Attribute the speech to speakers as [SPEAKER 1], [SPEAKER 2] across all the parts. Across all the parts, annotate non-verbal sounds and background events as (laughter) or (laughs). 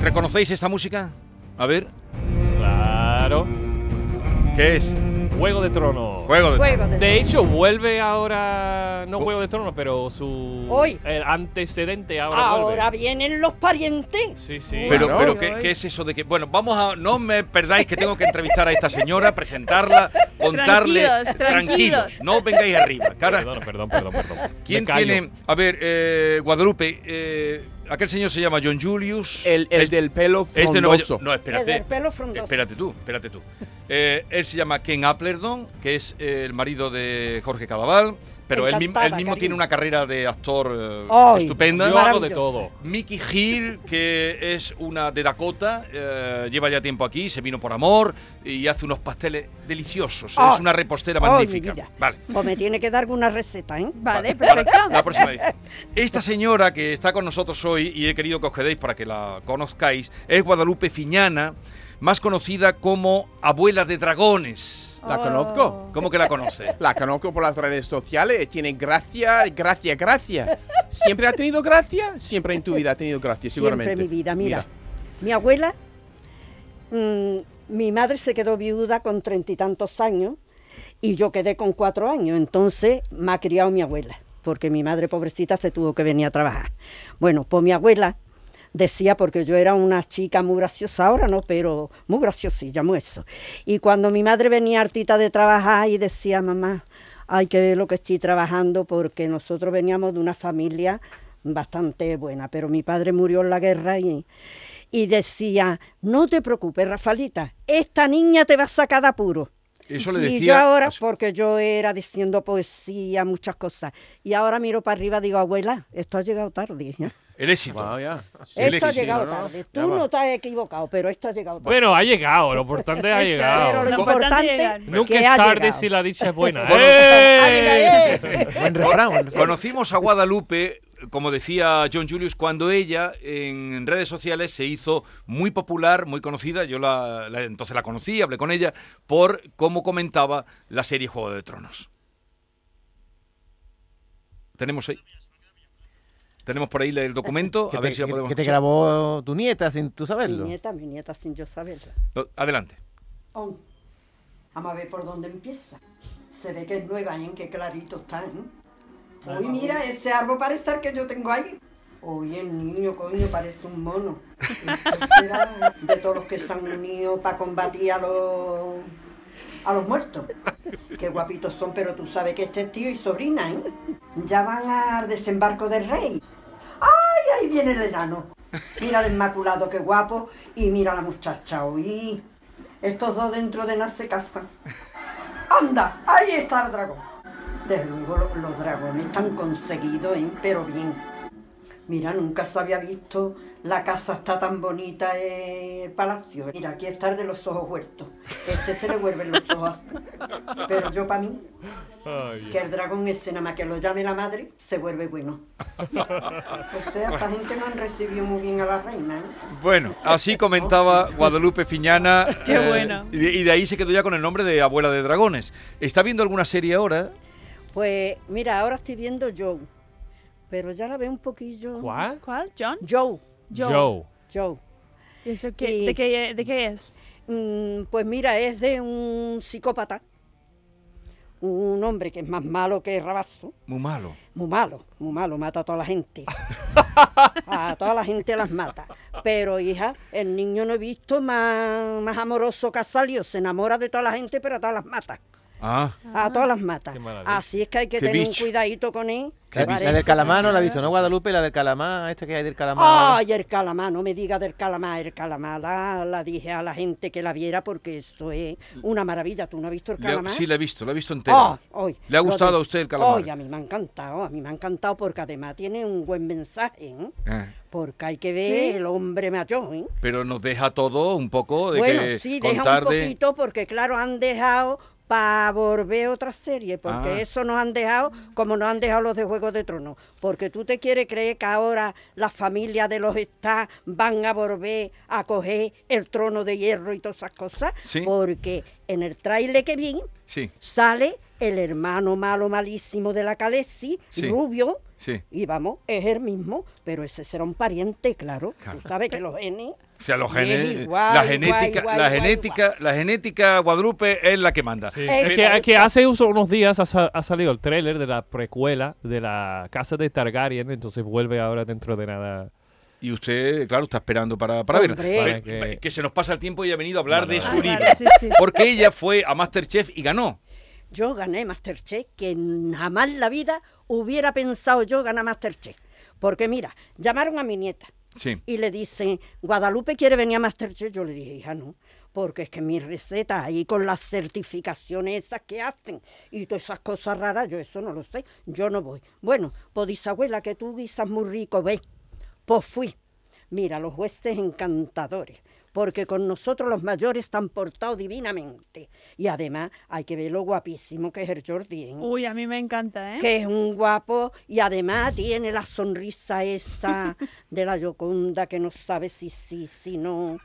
[SPEAKER 1] ¿Reconocéis esta música? A ver,
[SPEAKER 2] Claro.
[SPEAKER 1] ¿qué es?
[SPEAKER 2] Juego de Tronos.
[SPEAKER 1] Juego de
[SPEAKER 3] Juego de,
[SPEAKER 2] De hecho, vuelve ahora. No Juego de Tronos, pero su.
[SPEAKER 3] Hoy.
[SPEAKER 2] El antecedente ahora. vuelve.
[SPEAKER 3] Ahora vienen los parientes.
[SPEAKER 2] Sí, sí.
[SPEAKER 1] Pero,
[SPEAKER 4] Claro.
[SPEAKER 1] pero ¿qué, qué es eso de que.? Bueno, vamos a. No me perdáis que tengo que entrevistar a esta señora, presentarla, contarle.
[SPEAKER 5] Tranquilos, tranquilos.
[SPEAKER 1] no vengáis arriba. Cara,
[SPEAKER 2] Perdón, perdón, perdón, perdón.
[SPEAKER 1] (laughs) ¿Quién
[SPEAKER 2] Me callo.
[SPEAKER 1] tiene.? A ver, eh, Guadalupe, eh, aquel señor se llama John Julius.
[SPEAKER 4] El, el
[SPEAKER 1] es,
[SPEAKER 4] del pelo
[SPEAKER 1] es de Nueva York.
[SPEAKER 4] frondoso.
[SPEAKER 1] No,
[SPEAKER 3] El del
[SPEAKER 1] espérate.
[SPEAKER 3] pelo frondoso.
[SPEAKER 1] Espérate tú, espérate
[SPEAKER 3] (laughs)
[SPEAKER 1] tú. Eh, él se llama Ken Applerdon, que es eh, el marido de Jorge Cadaval, pero él, mismo- él
[SPEAKER 3] Encantada,
[SPEAKER 1] mismo
[SPEAKER 3] cariño.
[SPEAKER 1] tiene una carrera de actor eh,
[SPEAKER 3] Ay,
[SPEAKER 1] estupenda.
[SPEAKER 2] Yo hago de
[SPEAKER 3] Maravilloso.
[SPEAKER 2] todo.
[SPEAKER 1] Mickey Hill, que es una de Dakota, eh, lleva ya tiempo aquí, se vino por amor y hace unos pasteles deliciosos.
[SPEAKER 3] Ay.
[SPEAKER 1] es una repostera
[SPEAKER 3] Ay,
[SPEAKER 1] magnífica.
[SPEAKER 3] mi vida.
[SPEAKER 1] Vale.
[SPEAKER 3] Pues me tiene que dar alguna receta, ¿eh?
[SPEAKER 1] Vale,
[SPEAKER 5] Vale,
[SPEAKER 1] para
[SPEAKER 5] perfecto.
[SPEAKER 1] La próxima vez. Esta señora que está con nosotros hoy y he querido que os quedéis para que la conozcáis es Guadalupe Fiñana, más conocida como Abuela de Dragones.
[SPEAKER 4] ¿La
[SPEAKER 5] Oh.
[SPEAKER 4] conozco?
[SPEAKER 1] ¿Cómo que la
[SPEAKER 4] (laughs)
[SPEAKER 1] conoce?
[SPEAKER 4] La conozco por las redes sociales. Tiene gracia, gracia, gracia. ¿Siempre ha tenido gracia? Siempre en tu vida ha tenido gracia, seguramente.
[SPEAKER 3] Siempre en mi vida, mira. Mi abuela, mm, mi madre se quedó viuda con treinta y tantos años y yo quedé con cuatro años. Entonces me ha criado mi abuela, porque mi madre pobrecita se tuvo que venir a trabajar. Bueno, pues mi abuela decía, porque yo era una chica muy graciosa, ahora no, pero muy graciosilla, muy eso. Y cuando mi madre venía hartita de trabajar y decía, mamá, hay que ver lo que estoy trabajando, porque nosotros veníamos de una familia bastante buena, pero mi padre murió en la guerra y, y decía, no te preocupes, Rafalita, esta niña te va a sacar de apuro.
[SPEAKER 1] Eso le
[SPEAKER 3] Y yo
[SPEAKER 1] decía.
[SPEAKER 3] ahora, porque yo era diciendo poesía, muchas cosas, y ahora miro para arriba y digo, abuela, esto ha llegado tarde. ¿eh?
[SPEAKER 1] El éxito.
[SPEAKER 4] Wow, ya. Sí,
[SPEAKER 1] El
[SPEAKER 4] sí,
[SPEAKER 3] Esto ha
[SPEAKER 1] éxito,
[SPEAKER 3] llegado
[SPEAKER 4] ¿no?
[SPEAKER 3] tarde.
[SPEAKER 4] Ya
[SPEAKER 3] Tú
[SPEAKER 4] va.
[SPEAKER 3] no te has equivocado, pero esto ha llegado tarde.
[SPEAKER 2] Bueno, ha llegado. Lo importante ha
[SPEAKER 3] pero
[SPEAKER 5] Eso,
[SPEAKER 2] llegado.
[SPEAKER 3] lo
[SPEAKER 5] Lo importante
[SPEAKER 3] importante
[SPEAKER 5] llegan.
[SPEAKER 2] Nunca
[SPEAKER 3] que
[SPEAKER 2] es
[SPEAKER 3] ha
[SPEAKER 2] tarde
[SPEAKER 3] llegado.
[SPEAKER 2] si la dicha es
[SPEAKER 1] (laughs)
[SPEAKER 2] buena.
[SPEAKER 1] Bueno,
[SPEAKER 2] ¡Eh! (laughs)
[SPEAKER 4] Buen refrán, buen refrán.
[SPEAKER 1] Conocimos a Guadalupe, como decía John Julius, cuando ella en redes sociales se hizo muy popular, muy conocida. Yo la, la- entonces la conocí, hablé con ella por cómo comentaba la serie Juego de Tronos. Tenemos ahí. Tenemos por ahí el documento.
[SPEAKER 6] que
[SPEAKER 1] a
[SPEAKER 6] te,
[SPEAKER 1] ver si lo
[SPEAKER 6] que-
[SPEAKER 1] podemos
[SPEAKER 6] que te
[SPEAKER 1] escuchar.
[SPEAKER 6] grabó tu nieta sin tú
[SPEAKER 3] Mi
[SPEAKER 6] saberlo.
[SPEAKER 3] nieta, mi nieta, sin yo saberla.
[SPEAKER 1] Lo- Adelante.
[SPEAKER 3] On. Vamos a ver por dónde empieza. Se ve que es nueva, ¿eh? Que clarito está, ¿eh? Uy, mira, ese árbol parece el que yo tengo ahí. Uy, el niño, coño, parece un mono. Esto será De todos los que se han unido para combatir a los, a los muertos. Qué guapitos son, pero tú sabes que este es tío y sobrina, ¿eh? Ya van al desembarco del rey. ¡Ay, ahí viene el enano! Mira el inmaculado, qué guapo. Y mira la muchacha, uy. Estos dos dentro de nada se casan. ¡Anda! Ahí está el dragón. Desde luego lo- los dragones están conseguidos, ¿eh? pero bien. Mira, nunca se había visto la casa está tan bonita, eh, palacio. Mira, aquí está el de los ojos huertos. Este se le vuelven los ojos azules. Pero yo para mí,
[SPEAKER 2] Ay,
[SPEAKER 3] que el dragón ese nada más que lo llame la madre, se vuelve bueno. O sea, esta gente no han recibido muy bien a la reina, ¿eh?
[SPEAKER 1] Bueno, así comentaba Guadalupe
[SPEAKER 6] (laughs)
[SPEAKER 1] Fiñana. eh,
[SPEAKER 5] Qué bueno.
[SPEAKER 1] Y de, y de ahí se quedó ya con el nombre de Abuela de Dragones. ¿Está viendo alguna serie ahora?
[SPEAKER 3] Pues mira, ahora estoy viendo Joe, pero ya la veo un poquillo.
[SPEAKER 2] ¿Cuál?
[SPEAKER 5] ¿Cuál? ¿John?
[SPEAKER 3] Joe,
[SPEAKER 5] Joe.
[SPEAKER 2] Joe.
[SPEAKER 3] Joe.
[SPEAKER 5] ¿Y eso qué-
[SPEAKER 3] Y-
[SPEAKER 5] de, qué, ¿De qué es?
[SPEAKER 3] Mm, pues mira, es de un psicópata, un hombre que es más malo que Rabazo,
[SPEAKER 1] Muy malo.
[SPEAKER 3] muy malo, muy malo, mata a toda la gente. A toda la gente las mata. Pero hija, el niño no he visto más, más amoroso que ha salido. Se enamora de toda la gente, pero a todas las mata.
[SPEAKER 1] Ah.
[SPEAKER 3] A todas las mata.
[SPEAKER 2] Qué maravilla.
[SPEAKER 3] Así es que hay que
[SPEAKER 1] Qué
[SPEAKER 3] tener
[SPEAKER 1] bicho.
[SPEAKER 3] un cuidadito con él.
[SPEAKER 1] Qué
[SPEAKER 6] La, la
[SPEAKER 3] Parece-
[SPEAKER 6] del calamar no la he visto, ¿no? Guadalupe, la del calamar, esta que hay del calamar.
[SPEAKER 3] Ay, el calamar, no me diga del calamar, el calamar, la, la dije a la gente que la viera porque esto es una maravilla. ¿Tú no has visto el
[SPEAKER 1] Le-
[SPEAKER 3] calamar?
[SPEAKER 1] sí, la he visto, la he visto entera.
[SPEAKER 3] Ah, ay,
[SPEAKER 1] ¿Le ha
[SPEAKER 3] lo
[SPEAKER 1] gustado
[SPEAKER 3] de-
[SPEAKER 1] a usted el calamar?
[SPEAKER 3] Ay, a mí me ha encantado, a mí me ha encantado porque además tiene un buen mensaje, ¿eh?
[SPEAKER 1] Eh,
[SPEAKER 3] porque hay que ver
[SPEAKER 5] Sí.
[SPEAKER 3] el hombre mayor. ¿eh?
[SPEAKER 1] Pero nos deja todo un poco de
[SPEAKER 3] Bueno,
[SPEAKER 1] que
[SPEAKER 3] sí, deja
[SPEAKER 1] contar
[SPEAKER 3] un
[SPEAKER 1] de-
[SPEAKER 3] poquito porque claro, han dejado para volver otra serie, porque
[SPEAKER 1] Ah.
[SPEAKER 3] eso nos han dejado como nos han dejado los de Juego de Tronos, porque tú te quieres creer que ahora las familias de los Stark van a volver a coger el trono de hierro y todas esas cosas,
[SPEAKER 1] Sí.
[SPEAKER 3] porque en el trailer que vi,
[SPEAKER 1] Sí,
[SPEAKER 3] sale el hermano malo malísimo de la Calesi,
[SPEAKER 1] Sí.
[SPEAKER 3] rubio,
[SPEAKER 1] sí.
[SPEAKER 3] y vamos, es el mismo, pero ese será un pariente, claro.
[SPEAKER 1] Claro.
[SPEAKER 3] Tú sabes que los genes...
[SPEAKER 1] O sea, los
[SPEAKER 3] Y es
[SPEAKER 1] genes,
[SPEAKER 3] igual,
[SPEAKER 1] la
[SPEAKER 3] igual,
[SPEAKER 1] genética,
[SPEAKER 3] igual,
[SPEAKER 1] la
[SPEAKER 3] igual,
[SPEAKER 1] genética, la genética Guadalupe es la que manda.
[SPEAKER 2] Sí.
[SPEAKER 3] Eh,
[SPEAKER 2] Es que, es que
[SPEAKER 3] eh,
[SPEAKER 2] hace uso- unos días ha, sa- ha salido el tráiler de la precuela de la casa de Targaryen, entonces vuelve ahora dentro de nada.
[SPEAKER 1] Y usted, claro, está esperando para, para verla.
[SPEAKER 3] Hombre.
[SPEAKER 1] A ver,
[SPEAKER 2] Para que-
[SPEAKER 1] que se nos pasa el tiempo y ha venido a hablar de
[SPEAKER 2] Vale,
[SPEAKER 1] su
[SPEAKER 5] vale. Ah,
[SPEAKER 1] libro.
[SPEAKER 5] claro, sí, sí.
[SPEAKER 1] Porque ella fue a Masterchef y ganó.
[SPEAKER 3] Yo gané Masterchef, que jamás en la vida hubiera pensado yo ganar Masterchef. Porque mira, llamaron a mi nieta
[SPEAKER 1] Sí.
[SPEAKER 3] y le dicen, Guadalupe quiere venir a Masterchef. Yo le dije, hija, no, porque es que mis recetas ahí con las certificaciones esas que hacen y todas esas cosas raras, yo eso no lo sé, yo no voy. Bueno, pues dice, abuela, que tú guisas muy rico, ve. Pues fui. Mira, los jueces encantadores, porque con nosotros los mayores están portados divinamente. Y además hay que ver lo guapísimo que es el Jordi. ¿eh?
[SPEAKER 5] Uy, a mí me encanta, ¿eh?
[SPEAKER 3] que es un guapo y además tiene la sonrisa esa de la Yoconda que no sabe si sí, si no.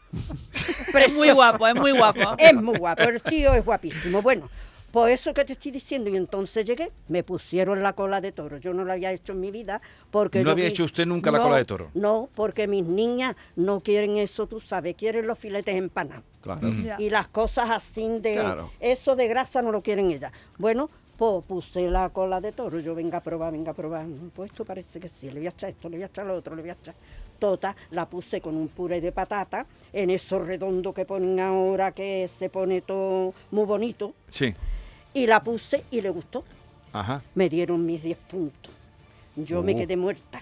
[SPEAKER 5] Es muy guapo, es muy guapo.
[SPEAKER 3] (laughs) Es muy guapo, el tío es guapísimo. Bueno, por eso que te estoy diciendo. Y entonces llegué, me pusieron la cola de toro. Yo no la había hecho en mi vida porque...
[SPEAKER 1] ¿No
[SPEAKER 3] yo
[SPEAKER 1] había hecho usted nunca la
[SPEAKER 3] No,
[SPEAKER 1] cola de toro?
[SPEAKER 3] No, porque mis niñas no quieren eso, tú sabes, quieren los filetes empanados.
[SPEAKER 4] Claro.
[SPEAKER 5] Ya.
[SPEAKER 3] Y las cosas así de...
[SPEAKER 4] Claro.
[SPEAKER 3] Eso de grasa no lo quieren ellas. Bueno, pues puse la cola de toro. Yo venga a probar, venga a probar. Mm, Pues esto parece que sí. Le voy a echar esto, le voy a echar lo otro, le voy a echar... Tota, la puse con un puré de patata, en eso redondo que ponen ahora, que se pone todo muy bonito.
[SPEAKER 1] Sí.
[SPEAKER 3] Y la puse y le gustó.
[SPEAKER 1] Ajá.
[SPEAKER 3] Me dieron mis 10 puntos. Yo
[SPEAKER 1] Oh.
[SPEAKER 3] me quedé muerta.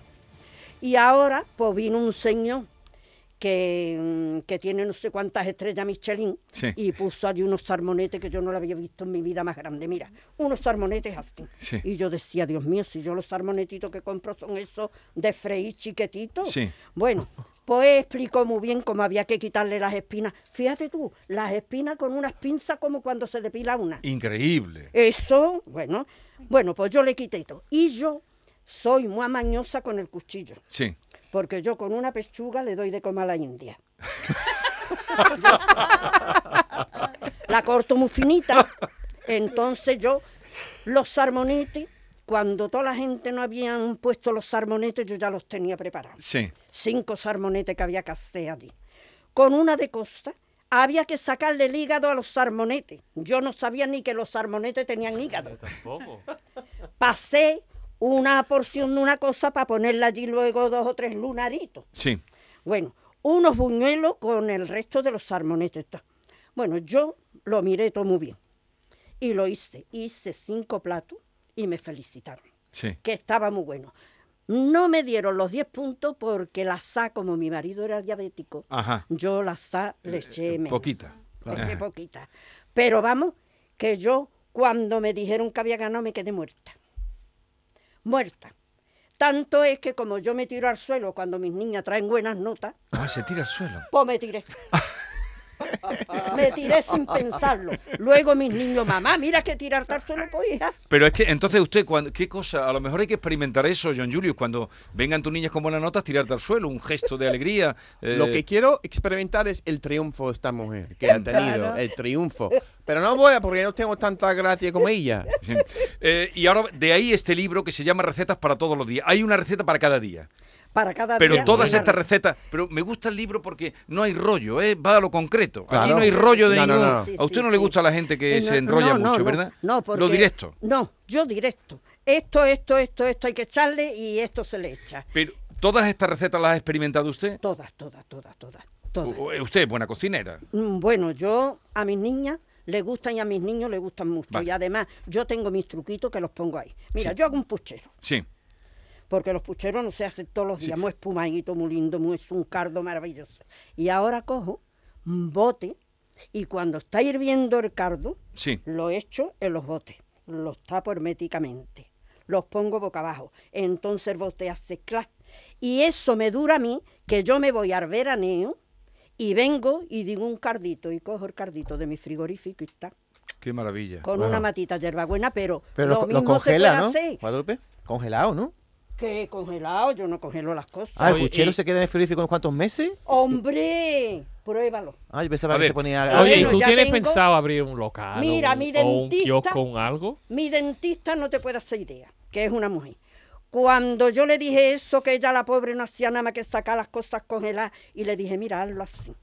[SPEAKER 3] Y ahora, pues vino un señor que, mm, que tiene no sé cuántas estrellas Michelin
[SPEAKER 1] Sí.
[SPEAKER 3] y puso allí unos sarmonetes que yo no lo había visto en mi vida más grande. Mira, unos sarmonetes así.
[SPEAKER 1] Sí.
[SPEAKER 3] Y yo decía, Dios mío, si yo los sarmonetitos que compro son esos de freír chiquititos.
[SPEAKER 1] Sí.
[SPEAKER 3] Bueno, pues explicó muy bien cómo había que quitarle las espinas. Fíjate tú, las espinas con unas pinzas como cuando se depila una.
[SPEAKER 1] Increíble.
[SPEAKER 3] Eso, bueno, bueno, pues yo le quité todo. Y yo soy muy amañosa con el cuchillo,
[SPEAKER 1] Sí.
[SPEAKER 3] porque yo con una pechuga le doy de comer a la india. (laughs) la corto muy finita. Entonces yo, los sarmonetes, cuando toda la gente no habían puesto los sarmonetes, yo ya los tenía preparados.
[SPEAKER 1] Sí.
[SPEAKER 3] Cinco sarmonetes que había que hacer allí. Con una de costa, había que sacarle el hígado a los sarmonetes. Yo no sabía ni que los sarmonetes tenían hígado.
[SPEAKER 2] Tampoco.
[SPEAKER 3] (laughs) Pasé una porción de una cosa para ponerle allí luego dos o tres lunaritos.
[SPEAKER 1] Sí.
[SPEAKER 3] Bueno, unos buñuelos con el resto de los sarmonetes. ta. Bueno, yo lo miré todo muy bien. Y lo hice. Hice cinco platos y me felicitaron,
[SPEAKER 1] Sí.
[SPEAKER 3] que estaba muy bueno. No me dieron los 10 puntos porque la sa, como mi marido era diabético,
[SPEAKER 1] Ajá.
[SPEAKER 3] yo la sa
[SPEAKER 1] Eh,
[SPEAKER 3] le eché menos.
[SPEAKER 1] Poquita.
[SPEAKER 3] Le eché
[SPEAKER 1] Ajá.
[SPEAKER 3] poquita. Pero vamos, que yo cuando me dijeron que había ganado me quedé muerta. Muerta. Tanto es que como yo me tiro al suelo cuando mis niñas traen buenas notas,
[SPEAKER 1] Ah, se tira al suelo.
[SPEAKER 3] pues
[SPEAKER 1] (laughs)
[SPEAKER 3] me tiré. me tiré sin pensarlo. Luego mis niños, mamá, mira que tirarte al suelo, pues hija.
[SPEAKER 1] Pero es que entonces usted, cuando, ¿qué cosa? A lo mejor hay que experimentar eso, John Julius, cuando vengan tus niñas con buenas notas, tirarte al suelo, un gesto de alegría. eh,
[SPEAKER 4] (laughs) Lo que quiero experimentar es el triunfo de esta mujer que ha tenido,
[SPEAKER 5] Claro.
[SPEAKER 4] el triunfo. Pero no voy a porque no tengo tanta gracia como ella.
[SPEAKER 1] sí. Eh, y ahora, de ahí este libro que se llama Recetas para todos los días. Hay una receta para cada día.
[SPEAKER 3] Para cada
[SPEAKER 1] Pero
[SPEAKER 3] día
[SPEAKER 1] todas
[SPEAKER 3] una
[SPEAKER 1] estas
[SPEAKER 3] re-
[SPEAKER 1] recetas. Pero me gusta el libro porque no hay rollo, ¿eh? va a lo concreto. Aquí
[SPEAKER 4] Claro.
[SPEAKER 1] no hay rollo de
[SPEAKER 4] No, no,
[SPEAKER 1] ningún.
[SPEAKER 4] no.
[SPEAKER 3] Sí,
[SPEAKER 1] A usted
[SPEAKER 3] sí,
[SPEAKER 1] no le
[SPEAKER 3] sí.
[SPEAKER 1] gusta la gente que
[SPEAKER 3] Eh, no,
[SPEAKER 1] se enrolla
[SPEAKER 3] no, no,
[SPEAKER 1] mucho,
[SPEAKER 3] no.
[SPEAKER 1] ¿verdad?
[SPEAKER 3] No, porque...
[SPEAKER 1] Lo directo.
[SPEAKER 3] No, yo directo. Esto, esto, esto, esto hay que echarle y esto se le echa.
[SPEAKER 1] Pero, ¿todas estas recetas las ha experimentado usted?
[SPEAKER 3] Todas, todas, todas, todas, todas.
[SPEAKER 1] O- o- Usted es buena cocinera.
[SPEAKER 3] Mm, Bueno, yo a mis niñas les gustan y a mis niños les gustan mucho.
[SPEAKER 1] Vale.
[SPEAKER 3] Y además, yo tengo mis truquitos que los pongo ahí. Mira, yo hago un puchero,
[SPEAKER 1] Sí,
[SPEAKER 3] porque los pucheros no se hacen todos los días, muy espumadito, muy lindo, muy es un cardo maravilloso. Y ahora cojo un bote y cuando está hirviendo el cardo,
[SPEAKER 1] sí.
[SPEAKER 3] lo echo en los botes, los tapo herméticamente, los pongo boca abajo, entonces el bote hace clac. Y eso me dura a mí, que yo me voy al veraneo y vengo y digo un cardito y cojo el cardito de mi frigorífico y está,
[SPEAKER 1] Qué maravilla.
[SPEAKER 3] con una matita de hierbabuena, pero,
[SPEAKER 6] Pero
[SPEAKER 3] lo
[SPEAKER 6] los, los
[SPEAKER 3] mismo se
[SPEAKER 6] congela, ¿no?
[SPEAKER 3] puede hacer
[SPEAKER 6] Guadalupe, congelado, ¿no?
[SPEAKER 3] que congelado, yo no congelo las cosas.
[SPEAKER 6] Ah, el
[SPEAKER 2] Oye,
[SPEAKER 6] puchero
[SPEAKER 2] y-
[SPEAKER 6] se queda en el frigorífico unos cuantos meses.
[SPEAKER 3] ¡Hombre! pruébalo.
[SPEAKER 6] Ay, Ah, yo pensaba
[SPEAKER 1] A
[SPEAKER 6] que
[SPEAKER 1] ver,
[SPEAKER 6] se ponía.
[SPEAKER 2] Oye, ¿y
[SPEAKER 3] Bueno,
[SPEAKER 2] tú
[SPEAKER 3] ya
[SPEAKER 2] tienes
[SPEAKER 3] tengo-
[SPEAKER 2] pensado abrir un local?
[SPEAKER 3] Mira,
[SPEAKER 2] o, un-
[SPEAKER 3] mi
[SPEAKER 2] o un
[SPEAKER 3] dentista-
[SPEAKER 2] kiosco con algo?
[SPEAKER 3] Mi dentista no te puede hacer idea, que es una mujer. Cuando yo le dije eso, que ella la pobre no hacía nada más que sacar las cosas congeladas, y le dije, mira, hazlo así.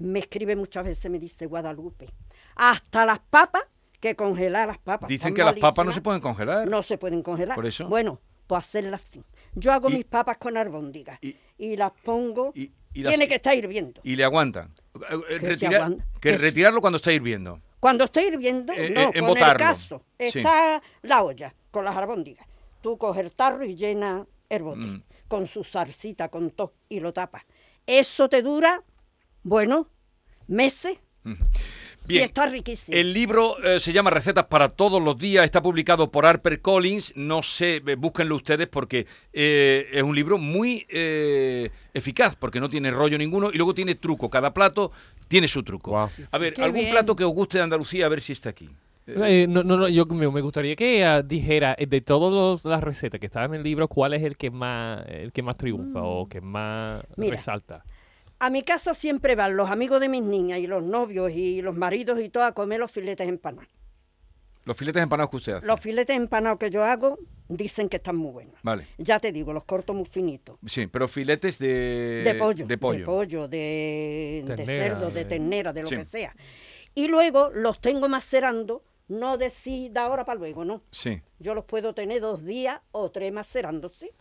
[SPEAKER 3] Me escribe muchas veces, me dice Guadalupe, hasta las papas, que congelar las papas.
[SPEAKER 1] Dicen
[SPEAKER 3] están
[SPEAKER 1] que las papas no
[SPEAKER 3] malísimas,
[SPEAKER 1] se pueden congelar.
[SPEAKER 3] No se pueden congelar.
[SPEAKER 1] Por eso.
[SPEAKER 3] Bueno, pues hacerlas así. Yo hago
[SPEAKER 1] Y-
[SPEAKER 3] mis papas con albóndigas
[SPEAKER 1] y-
[SPEAKER 3] y, las pongo.
[SPEAKER 1] y- y las-
[SPEAKER 3] Tiene que estar hirviendo.
[SPEAKER 1] Y le aguantan. Eh, eh,
[SPEAKER 3] Que se
[SPEAKER 1] retirar-
[SPEAKER 3] aguanta-
[SPEAKER 1] que
[SPEAKER 3] que se-
[SPEAKER 1] retirarlo cuando está hirviendo.
[SPEAKER 3] Cuando esté hirviendo,
[SPEAKER 1] Eh, eh,
[SPEAKER 3] no, con el
[SPEAKER 1] embotarlo.
[SPEAKER 3] caso.
[SPEAKER 1] Sí.
[SPEAKER 3] Está la olla con las albóndigas. Tú coges el tarro y llena el bote
[SPEAKER 1] Mm.
[SPEAKER 3] con su salsita, con todo, y lo tapas. Eso te dura, bueno, meses y
[SPEAKER 1] Bien.
[SPEAKER 3] está riquísimo.
[SPEAKER 1] El libro eh, se llama Recetas para todos los días, está publicado por Harper Collins, no sé, eh, búsquenlo ustedes porque eh, es un libro muy eh, eficaz, porque no tiene rollo ninguno y luego tiene truco, cada plato tiene su truco.
[SPEAKER 4] Guau.
[SPEAKER 1] A ver,
[SPEAKER 5] Qué
[SPEAKER 1] algún
[SPEAKER 5] bien.
[SPEAKER 1] plato que os guste de Andalucía, a ver si está aquí. Eh,
[SPEAKER 2] Eh, no, no, no, yo me, me gustaría que ah, dijera eh, de todas las recetas que estaban en el libro, ¿cuál es el que más, el que más triunfa o que más
[SPEAKER 3] Mm. Mira.
[SPEAKER 2] resalta?
[SPEAKER 3] A mi casa siempre van los amigos de mis niñas y los novios y los maridos y todo a comer los filetes empanados.
[SPEAKER 1] los filetes empanados que usted hace.
[SPEAKER 3] Los filetes empanados que yo hago dicen que están muy buenos.
[SPEAKER 1] Vale,
[SPEAKER 3] Ya te digo, los corto muy finitos.
[SPEAKER 1] sí, pero filetes de,
[SPEAKER 3] de
[SPEAKER 1] De
[SPEAKER 3] pollo, de
[SPEAKER 1] pollo. eh,
[SPEAKER 3] pollo, de, de
[SPEAKER 2] Ternera,
[SPEAKER 3] cerdo,
[SPEAKER 2] de-
[SPEAKER 3] de ternera, de lo
[SPEAKER 1] Sí.
[SPEAKER 3] que sea. Y luego los tengo macerando, no de si de ahora para luego, no.
[SPEAKER 1] Sí,
[SPEAKER 3] Yo los puedo tener dos días o tres macerándose.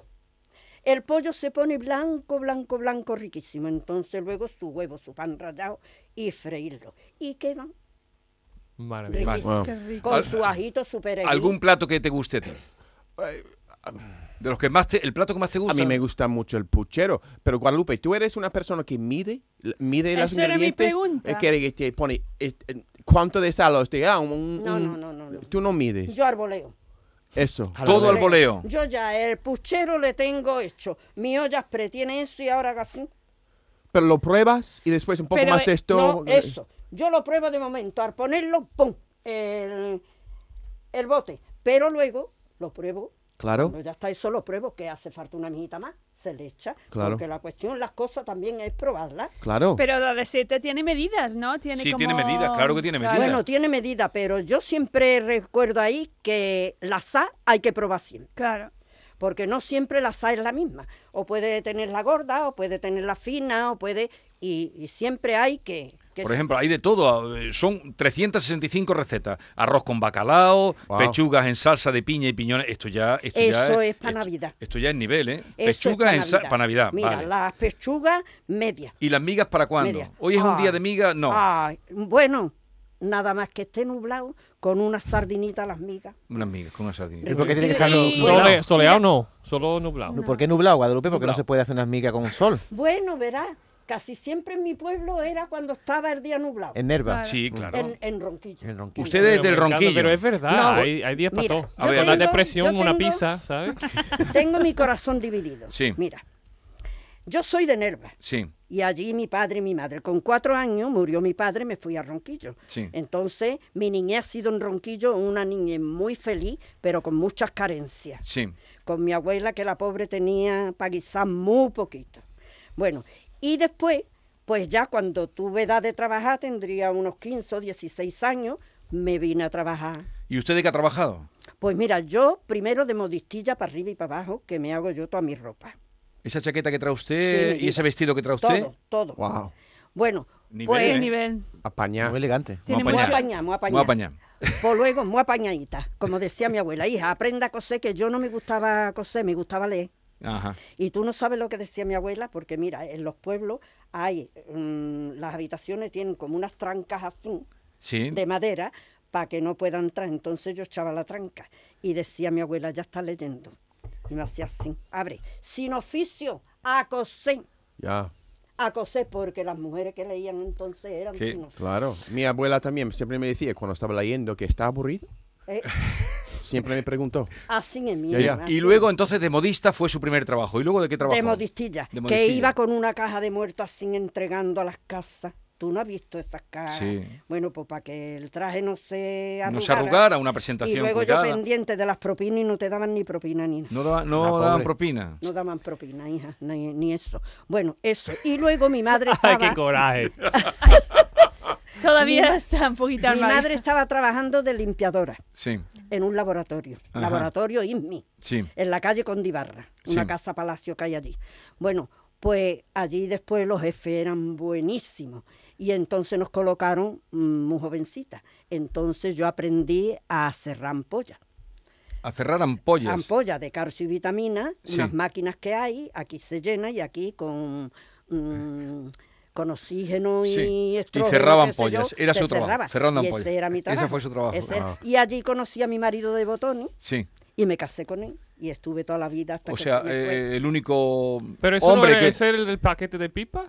[SPEAKER 3] El pollo se pone blanco, blanco, blanco, riquísimo. Entonces luego su huevo, su pan rallado y freírlo. Y quedan
[SPEAKER 2] Maravilla.
[SPEAKER 1] vale.
[SPEAKER 3] riquísimos.
[SPEAKER 5] Qué rico.
[SPEAKER 1] Al-
[SPEAKER 3] Con su ajito, su perejil.
[SPEAKER 1] ¿Algún plato que te guste a ti? De los que más te- el plato que más te gusta.
[SPEAKER 4] A mí me gusta mucho el puchero, pero Guadalupe, tú eres una persona que mide, mide los
[SPEAKER 5] Esa era mi
[SPEAKER 4] ingredientes,
[SPEAKER 5] pregunta.
[SPEAKER 4] eh, que que te pone eh, eh, cuánto de sal o este, ah, un- un-
[SPEAKER 3] No, no,
[SPEAKER 4] un-
[SPEAKER 3] no, no, no.
[SPEAKER 4] Tú no mides.
[SPEAKER 3] Yo arboleo.
[SPEAKER 4] Eso.
[SPEAKER 1] Todo al voleo.
[SPEAKER 3] Yo ya el puchero le tengo hecho. Mi olla pretiene eso y ahora hago así.
[SPEAKER 4] Pero lo pruebas y después un poco
[SPEAKER 5] Pero,
[SPEAKER 4] más
[SPEAKER 5] eh,
[SPEAKER 4] de esto.
[SPEAKER 3] No, eso. Yo lo pruebo de momento. Al ponerlo, ¡pum! El, el bote. Pero luego lo pruebo.
[SPEAKER 4] Claro.
[SPEAKER 3] Cuando ya está eso, lo pruebo, que hace falta una mijita más. Se le echa.
[SPEAKER 4] Claro.
[SPEAKER 3] Porque la cuestión, las cosas también es probarlas.
[SPEAKER 4] Claro.
[SPEAKER 5] Pero la receta tiene medidas, ¿no? Tiene
[SPEAKER 1] Sí,
[SPEAKER 5] como...
[SPEAKER 1] tiene medidas, claro que tiene medidas.
[SPEAKER 3] Bueno, tiene medida, pero yo siempre recuerdo ahí que la sal hay que probar siempre.
[SPEAKER 5] Claro.
[SPEAKER 3] Porque no siempre la sal es la misma. O puede tener la gorda, o puede tener la fina, o puede. Y, y siempre hay que. que
[SPEAKER 1] Por ejemplo, hay de todo. eh, Son 365 recetas. Arroz con bacalao,
[SPEAKER 4] Wow.
[SPEAKER 1] pechugas en salsa de piña y piñones. Esto ya, esto ya
[SPEAKER 3] Eso es pa'
[SPEAKER 1] esto-
[SPEAKER 3] Navidad.
[SPEAKER 1] Esto, ya es nivel, ¿eh?
[SPEAKER 3] Eso es
[SPEAKER 1] pechugas
[SPEAKER 3] pa'
[SPEAKER 1] en salsa para Navidad.
[SPEAKER 3] Mira,
[SPEAKER 1] vale.
[SPEAKER 3] las pechugas medias.
[SPEAKER 1] ¿Y las migas para cuándo?
[SPEAKER 3] medias.
[SPEAKER 1] Hoy es un
[SPEAKER 3] Ah,
[SPEAKER 1] día de migas, no.
[SPEAKER 3] ah, bueno, nada más que esté nublado con una sardinita a las migas.
[SPEAKER 1] Unas migas con una sardina.
[SPEAKER 6] ¿Y por qué tiene
[SPEAKER 5] Y-
[SPEAKER 6] que estar nu-
[SPEAKER 5] y-
[SPEAKER 2] Sole-
[SPEAKER 6] nublado?
[SPEAKER 2] soleado no, solo nublado.
[SPEAKER 6] ¿Por qué nublado, Guadalupe? Porque no
[SPEAKER 1] Nublado.
[SPEAKER 6] se puede hacer unas migas con un sol.
[SPEAKER 3] Bueno, verás, casi siempre en mi pueblo era cuando estaba el día nublado.
[SPEAKER 6] En Nerva.
[SPEAKER 5] Claro.
[SPEAKER 1] Sí, claro.
[SPEAKER 3] en, en Ronquillo.
[SPEAKER 6] En Ronquillo.
[SPEAKER 1] Ustedes
[SPEAKER 2] Pero
[SPEAKER 1] del
[SPEAKER 2] me encanta,
[SPEAKER 1] ronquillo.
[SPEAKER 2] Pero es verdad,
[SPEAKER 3] No,
[SPEAKER 2] hay, hay días para
[SPEAKER 3] mira,
[SPEAKER 2] todo.
[SPEAKER 3] yo
[SPEAKER 2] Con la
[SPEAKER 3] tengo-
[SPEAKER 2] depresión,
[SPEAKER 3] yo
[SPEAKER 2] una
[SPEAKER 3] tengo-
[SPEAKER 2] pizza,
[SPEAKER 3] (laughs)
[SPEAKER 2] ¿sabes?
[SPEAKER 3] Tengo mi corazón dividido.
[SPEAKER 1] Sí.
[SPEAKER 3] Mira, yo soy de Nerva.
[SPEAKER 1] Sí.
[SPEAKER 3] Y allí mi padre y mi madre. Con cuatro años murió mi padre, me fui a Ronquillo.
[SPEAKER 1] Sí.
[SPEAKER 3] Entonces, mi niñez ha sido en Ronquillo una niñez muy feliz, pero con muchas carencias.
[SPEAKER 1] Sí.
[SPEAKER 3] con mi abuela que la pobre tenía para guisar muy poquito. Bueno, y después, pues ya cuando tuve edad de trabajar, tendría unos 15 o 16 años, me vine a trabajar.
[SPEAKER 1] ¿Y usted de qué ha trabajado?
[SPEAKER 3] Pues mira, yo primero de modistilla para arriba y para abajo, que me hago yo toda mi ropa.
[SPEAKER 1] Esa chaqueta que trae
[SPEAKER 3] Sí, mi
[SPEAKER 1] usted y
[SPEAKER 3] vida.
[SPEAKER 1] ese vestido que trae usted.
[SPEAKER 3] Todo, todo.
[SPEAKER 4] Wow.
[SPEAKER 3] Bueno,
[SPEAKER 1] Nivel,
[SPEAKER 3] pues
[SPEAKER 5] Qué
[SPEAKER 1] ¿eh?
[SPEAKER 5] nivel.
[SPEAKER 4] Apañar.
[SPEAKER 6] Muy elegante.
[SPEAKER 5] Tiene
[SPEAKER 1] Vamos a
[SPEAKER 3] muy
[SPEAKER 5] mucho...
[SPEAKER 1] apañar.
[SPEAKER 3] apañada, muy
[SPEAKER 1] Muy
[SPEAKER 3] apañada.
[SPEAKER 1] apañado.
[SPEAKER 3] Pues luego, muy apañadita, como decía mi abuela, hija, aprenda a coser, que yo no me gustaba coser, me gustaba leer.
[SPEAKER 1] Ajá.
[SPEAKER 3] Y tú no sabes lo que decía mi abuela, porque mira, en los pueblos hay, mm, las habitaciones tienen como unas trancas así,
[SPEAKER 1] Sí.
[SPEAKER 3] de madera, para que no puedan entrar. Entonces yo echaba la tranca y decía mi abuela, ya está leyendo. Y me hacía así, abre, sin oficio, a coser,
[SPEAKER 4] Ya.
[SPEAKER 3] a coser, porque las mujeres que leían entonces eran
[SPEAKER 1] Qué-
[SPEAKER 3] sin oficio.
[SPEAKER 4] Claro. Mi abuela también siempre me decía cuando estaba leyendo que está aburrido.
[SPEAKER 3] Eh,
[SPEAKER 4] Siempre me preguntó.
[SPEAKER 3] así es mi
[SPEAKER 4] Ya, ya.
[SPEAKER 3] hermana,
[SPEAKER 1] Y
[SPEAKER 3] así
[SPEAKER 1] luego entonces de modista fue su primer trabajo. ¿Y luego de qué trabajó?
[SPEAKER 3] de modistilla,
[SPEAKER 1] De
[SPEAKER 3] que
[SPEAKER 1] modistilla.
[SPEAKER 3] iba con una caja de muertos así entregando a las casas. Tú no has visto esas caras.
[SPEAKER 1] Sí.
[SPEAKER 3] Bueno, pues para que el traje no se arrugara.
[SPEAKER 1] No se arrugara, una
[SPEAKER 3] Y
[SPEAKER 1] presentación
[SPEAKER 3] luego
[SPEAKER 1] cuidada.
[SPEAKER 3] yo pendiente de las propinas y no te daban ni propina ni nada.
[SPEAKER 1] No, da- no
[SPEAKER 4] Ah,
[SPEAKER 1] daban
[SPEAKER 4] pobre.
[SPEAKER 1] propina.
[SPEAKER 3] No daban propina, hija, ni, ni eso. Bueno, eso. Y luego mi
[SPEAKER 1] (laughs)
[SPEAKER 3] madre estaba...
[SPEAKER 2] Ay, qué coraje.
[SPEAKER 5] Todavía
[SPEAKER 3] ma-
[SPEAKER 5] está un poquito
[SPEAKER 3] mi
[SPEAKER 5] armadita.
[SPEAKER 3] madre estaba trabajando de limpiadora
[SPEAKER 1] Sí,
[SPEAKER 3] en un laboratorio,
[SPEAKER 1] Ajá.
[SPEAKER 3] laboratorio INMI,
[SPEAKER 1] sí.
[SPEAKER 3] en la calle Condibarra, una
[SPEAKER 1] Sí.
[SPEAKER 3] casa palacio que hay allí. Bueno, pues allí después los jefes eran buenísimos y entonces nos colocaron mm, muy jovencitas. Entonces yo aprendí a hacer ampollas.
[SPEAKER 1] A cerrar ampollas.
[SPEAKER 3] ampollas de calcio y vitamina,
[SPEAKER 1] Sí.
[SPEAKER 3] unas máquinas que hay, aquí se llena y aquí con mm, con oxígeno y
[SPEAKER 1] Sí. Y
[SPEAKER 3] estrógeno,
[SPEAKER 1] cerraba
[SPEAKER 3] qué sé yo,
[SPEAKER 1] ampollas. Era
[SPEAKER 3] se
[SPEAKER 1] su trabajo,
[SPEAKER 3] cerraba.
[SPEAKER 1] cerrando
[SPEAKER 3] Y
[SPEAKER 1] ampollas.
[SPEAKER 3] Ese era mi
[SPEAKER 1] Ese
[SPEAKER 3] trabajo.
[SPEAKER 1] fue su trabajo.
[SPEAKER 3] Ese-
[SPEAKER 1] Ah.
[SPEAKER 3] Y allí conocí a mi marido de Botoni
[SPEAKER 1] Sí.
[SPEAKER 3] y me casé con él y estuve toda la vida hasta
[SPEAKER 1] O
[SPEAKER 3] que
[SPEAKER 1] sea,
[SPEAKER 3] se me fue.
[SPEAKER 1] eh, el único
[SPEAKER 2] Pero eso
[SPEAKER 1] hombre
[SPEAKER 2] no era,
[SPEAKER 1] que...
[SPEAKER 2] ese era el del paquete de pipa.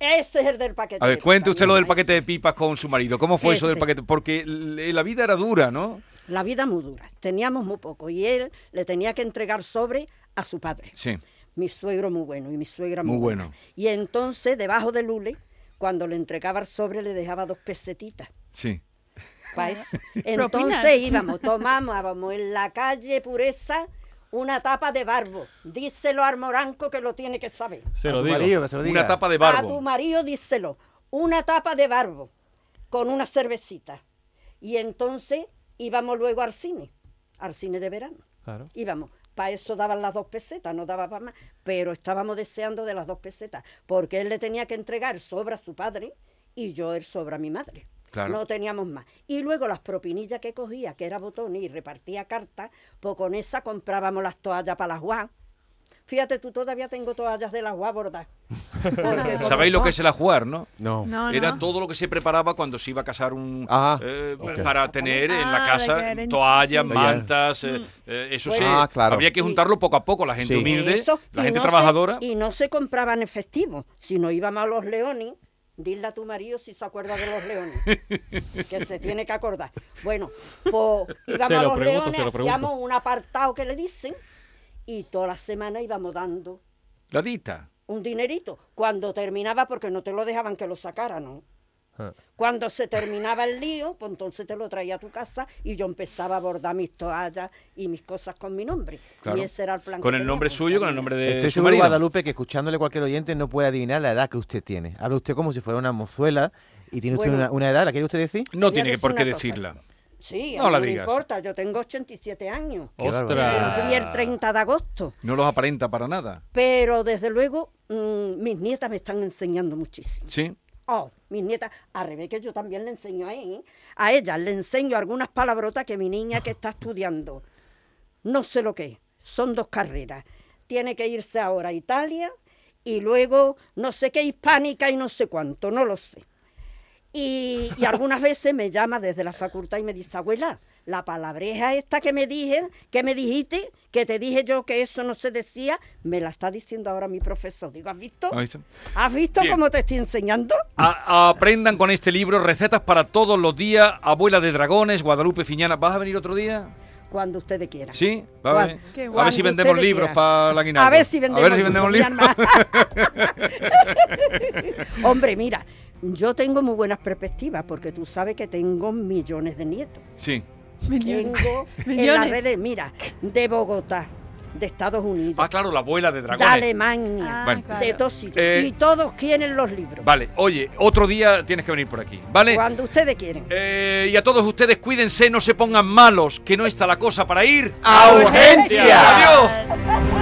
[SPEAKER 3] Ese Este es el del ¿eh? paquete.
[SPEAKER 1] A ver,
[SPEAKER 3] de
[SPEAKER 1] cuente
[SPEAKER 3] pipas,
[SPEAKER 1] usted lo del
[SPEAKER 3] mira,
[SPEAKER 1] paquete de pipas con su marido. ¿Cómo fue eso del
[SPEAKER 3] Ese.
[SPEAKER 1] paquete? Porque l- la vida era dura, ¿no?
[SPEAKER 3] La vida muy dura. Teníamos muy poco y él le tenía que entregar sobre a su padre.
[SPEAKER 1] Sí.
[SPEAKER 3] mi suegro muy bueno y mi suegra
[SPEAKER 1] Muy
[SPEAKER 3] muy,
[SPEAKER 1] bueno.
[SPEAKER 3] buena. Y entonces, debajo del hule, cuando le entregaba el sobre, le dejaba dos pesetitas.
[SPEAKER 1] Sí.
[SPEAKER 3] Para eso.
[SPEAKER 5] Propinas.
[SPEAKER 3] Entonces íbamos, tomábamos en la calle Pureza una tapa de barbo. Díselo al moranco que lo tiene que saber.
[SPEAKER 2] Se
[SPEAKER 6] A
[SPEAKER 2] lo
[SPEAKER 6] tu
[SPEAKER 2] digo.
[SPEAKER 6] marido, que se lo diga.
[SPEAKER 1] Una tapa de
[SPEAKER 3] A tu
[SPEAKER 1] barbo.
[SPEAKER 3] marido díselo. Una tapa de barbo con una cervecita. Y entonces íbamos luego al cine, al cine de verano
[SPEAKER 2] Claro.
[SPEAKER 3] íbamos. Para eso daban las dos pesetas, no daba para más. Pero estábamos deseando de las dos pesetas, porque él le tenía que entregar el sobre a su padre y yo el sobre a mi madre.
[SPEAKER 1] Claro.
[SPEAKER 3] No teníamos más. Y luego las propinillas que cogía, que era botón y repartía cartas, pues con esa comprábamos las toallas para las guas. Fíjate, tú todavía tengo toallas de las guas bordadas.
[SPEAKER 1] (laughs)
[SPEAKER 3] Porque como
[SPEAKER 1] ¿Sabéis lo
[SPEAKER 3] no-
[SPEAKER 1] que es el ajuar, no?
[SPEAKER 4] No.
[SPEAKER 3] Ah,
[SPEAKER 5] No,
[SPEAKER 1] Era
[SPEAKER 5] (laughs) no.
[SPEAKER 1] todo lo que se preparaba cuando se iba a casar un
[SPEAKER 4] Ajá,
[SPEAKER 1] eh,
[SPEAKER 4] ok.
[SPEAKER 1] para tener en la
[SPEAKER 5] Ah, de
[SPEAKER 1] casa
[SPEAKER 5] que era
[SPEAKER 1] toallas,
[SPEAKER 5] en- sí,
[SPEAKER 4] sí.
[SPEAKER 1] mantas, eh,
[SPEAKER 3] Mm.
[SPEAKER 1] eh, eso sí,
[SPEAKER 4] Ah, claro.
[SPEAKER 1] había que juntarlo poco a poco, la gente
[SPEAKER 4] Sí.
[SPEAKER 1] humilde,
[SPEAKER 3] Eso,
[SPEAKER 1] la
[SPEAKER 3] y
[SPEAKER 1] gente
[SPEAKER 3] no se-
[SPEAKER 1] trabajadora.
[SPEAKER 3] y no se compraba en efectivo, sino íbamos a los leones. Dile a tu marido si se acuerda de los leones,
[SPEAKER 1] (laughs)
[SPEAKER 3] que se tiene que acordar. Bueno, pues
[SPEAKER 1] (laughs)
[SPEAKER 3] íbamos
[SPEAKER 2] Se
[SPEAKER 3] a
[SPEAKER 2] lo
[SPEAKER 3] los
[SPEAKER 2] pregunto,
[SPEAKER 3] leones,
[SPEAKER 2] se lo pregunto.
[SPEAKER 3] hacíamos un apartado que le dicen, y toda la semana íbamos dando
[SPEAKER 1] La dita.
[SPEAKER 3] un dinerito. Cuando terminaba, porque no te lo dejaban que lo sacara, ¿no?
[SPEAKER 2] Ah.
[SPEAKER 3] Cuando se terminaba el lío, pues entonces te lo traía a tu casa y yo empezaba a bordar mis toallas y mis cosas con mi nombre.
[SPEAKER 1] Claro.
[SPEAKER 3] Y ese era el plan.
[SPEAKER 1] Con
[SPEAKER 3] que
[SPEAKER 1] el nombre
[SPEAKER 3] teníamos,
[SPEAKER 1] suyo, con el
[SPEAKER 3] mi
[SPEAKER 1] nombre de
[SPEAKER 4] Este
[SPEAKER 6] Estoy
[SPEAKER 1] su
[SPEAKER 6] seguro,
[SPEAKER 1] marido.
[SPEAKER 6] Guadalupe, que escuchándole cualquier oyente no puede adivinar la edad que usted tiene. Habla usted como si fuera una mozuela y tiene usted
[SPEAKER 3] Bueno.
[SPEAKER 6] una, una edad, ¿la quiere usted decir?
[SPEAKER 1] No
[SPEAKER 3] Voy a
[SPEAKER 1] tiene que
[SPEAKER 3] decir
[SPEAKER 1] por qué
[SPEAKER 3] una cosa.
[SPEAKER 1] decirla.
[SPEAKER 3] Sí,
[SPEAKER 1] No
[SPEAKER 3] a mí
[SPEAKER 1] la
[SPEAKER 3] no me
[SPEAKER 1] digas.
[SPEAKER 3] importa, yo tengo 87 años.
[SPEAKER 6] Qué barbaridad.
[SPEAKER 2] Ostras.
[SPEAKER 3] Cumplí el 30 de agosto.
[SPEAKER 1] No los aparenta para nada.
[SPEAKER 3] Pero desde luego, mm, mis nietas me están enseñando muchísimo.
[SPEAKER 1] Sí,
[SPEAKER 3] Oh, mis nietas, a Rebeca yo también le enseño a ella. A ella le enseño algunas palabrotas que mi niña que está estudiando, no sé lo que es, son dos carreras. Tiene que irse ahora a Italia y luego no sé qué hispánica y no sé cuánto, no lo sé. Y, y algunas veces me llama desde la facultad y me dice, abuela, la palabreja esta que me dije, que me dijiste, que te dije yo que eso no se decía, me la está diciendo ahora mi profesor. Digo, ¿has visto?
[SPEAKER 1] ahí está.
[SPEAKER 3] ¿Has visto
[SPEAKER 1] Bien.
[SPEAKER 3] cómo te estoy enseñando?
[SPEAKER 1] A- aprendan con este libro recetas para todos los días. Abuela de dragones, Guadalupe Fiñana. ¿Vas a venir otro día?
[SPEAKER 3] Cuando ustedes quieran.
[SPEAKER 1] Sí, va a, ver.
[SPEAKER 3] Cuando-
[SPEAKER 5] Qué
[SPEAKER 1] a ver si
[SPEAKER 3] cuando
[SPEAKER 1] vendemos
[SPEAKER 3] ustedes
[SPEAKER 1] libros
[SPEAKER 3] quieran.
[SPEAKER 1] para la
[SPEAKER 3] A ver si vendemos,
[SPEAKER 1] libros.
[SPEAKER 3] (laughs) libros,
[SPEAKER 1] (laughs)
[SPEAKER 3] mi hermano. Hombre, mira, yo tengo muy buenas perspectivas porque tú sabes que tengo millones de nietos.
[SPEAKER 1] Sí.
[SPEAKER 5] Millones.
[SPEAKER 3] Tengo en las
[SPEAKER 5] Millones.
[SPEAKER 3] redes, mira, de Bogotá, de Estados Unidos,
[SPEAKER 1] Ah, claro, la abuela de
[SPEAKER 3] de
[SPEAKER 1] dragones.
[SPEAKER 3] Alemania,
[SPEAKER 1] Bueno.
[SPEAKER 5] Ah, claro.
[SPEAKER 3] de todos sitios.
[SPEAKER 1] Eh,
[SPEAKER 3] y todos quieren los libros.
[SPEAKER 1] Vale, oye, otro día tienes que venir por aquí, ¿vale?
[SPEAKER 3] Cuando ustedes quieren.
[SPEAKER 1] Eh, y a todos ustedes, cuídense, no se pongan malos, que no está la cosa para ir
[SPEAKER 5] Pues,
[SPEAKER 4] ¡A urgencia!
[SPEAKER 1] ¡Adiós!
[SPEAKER 5] Ah.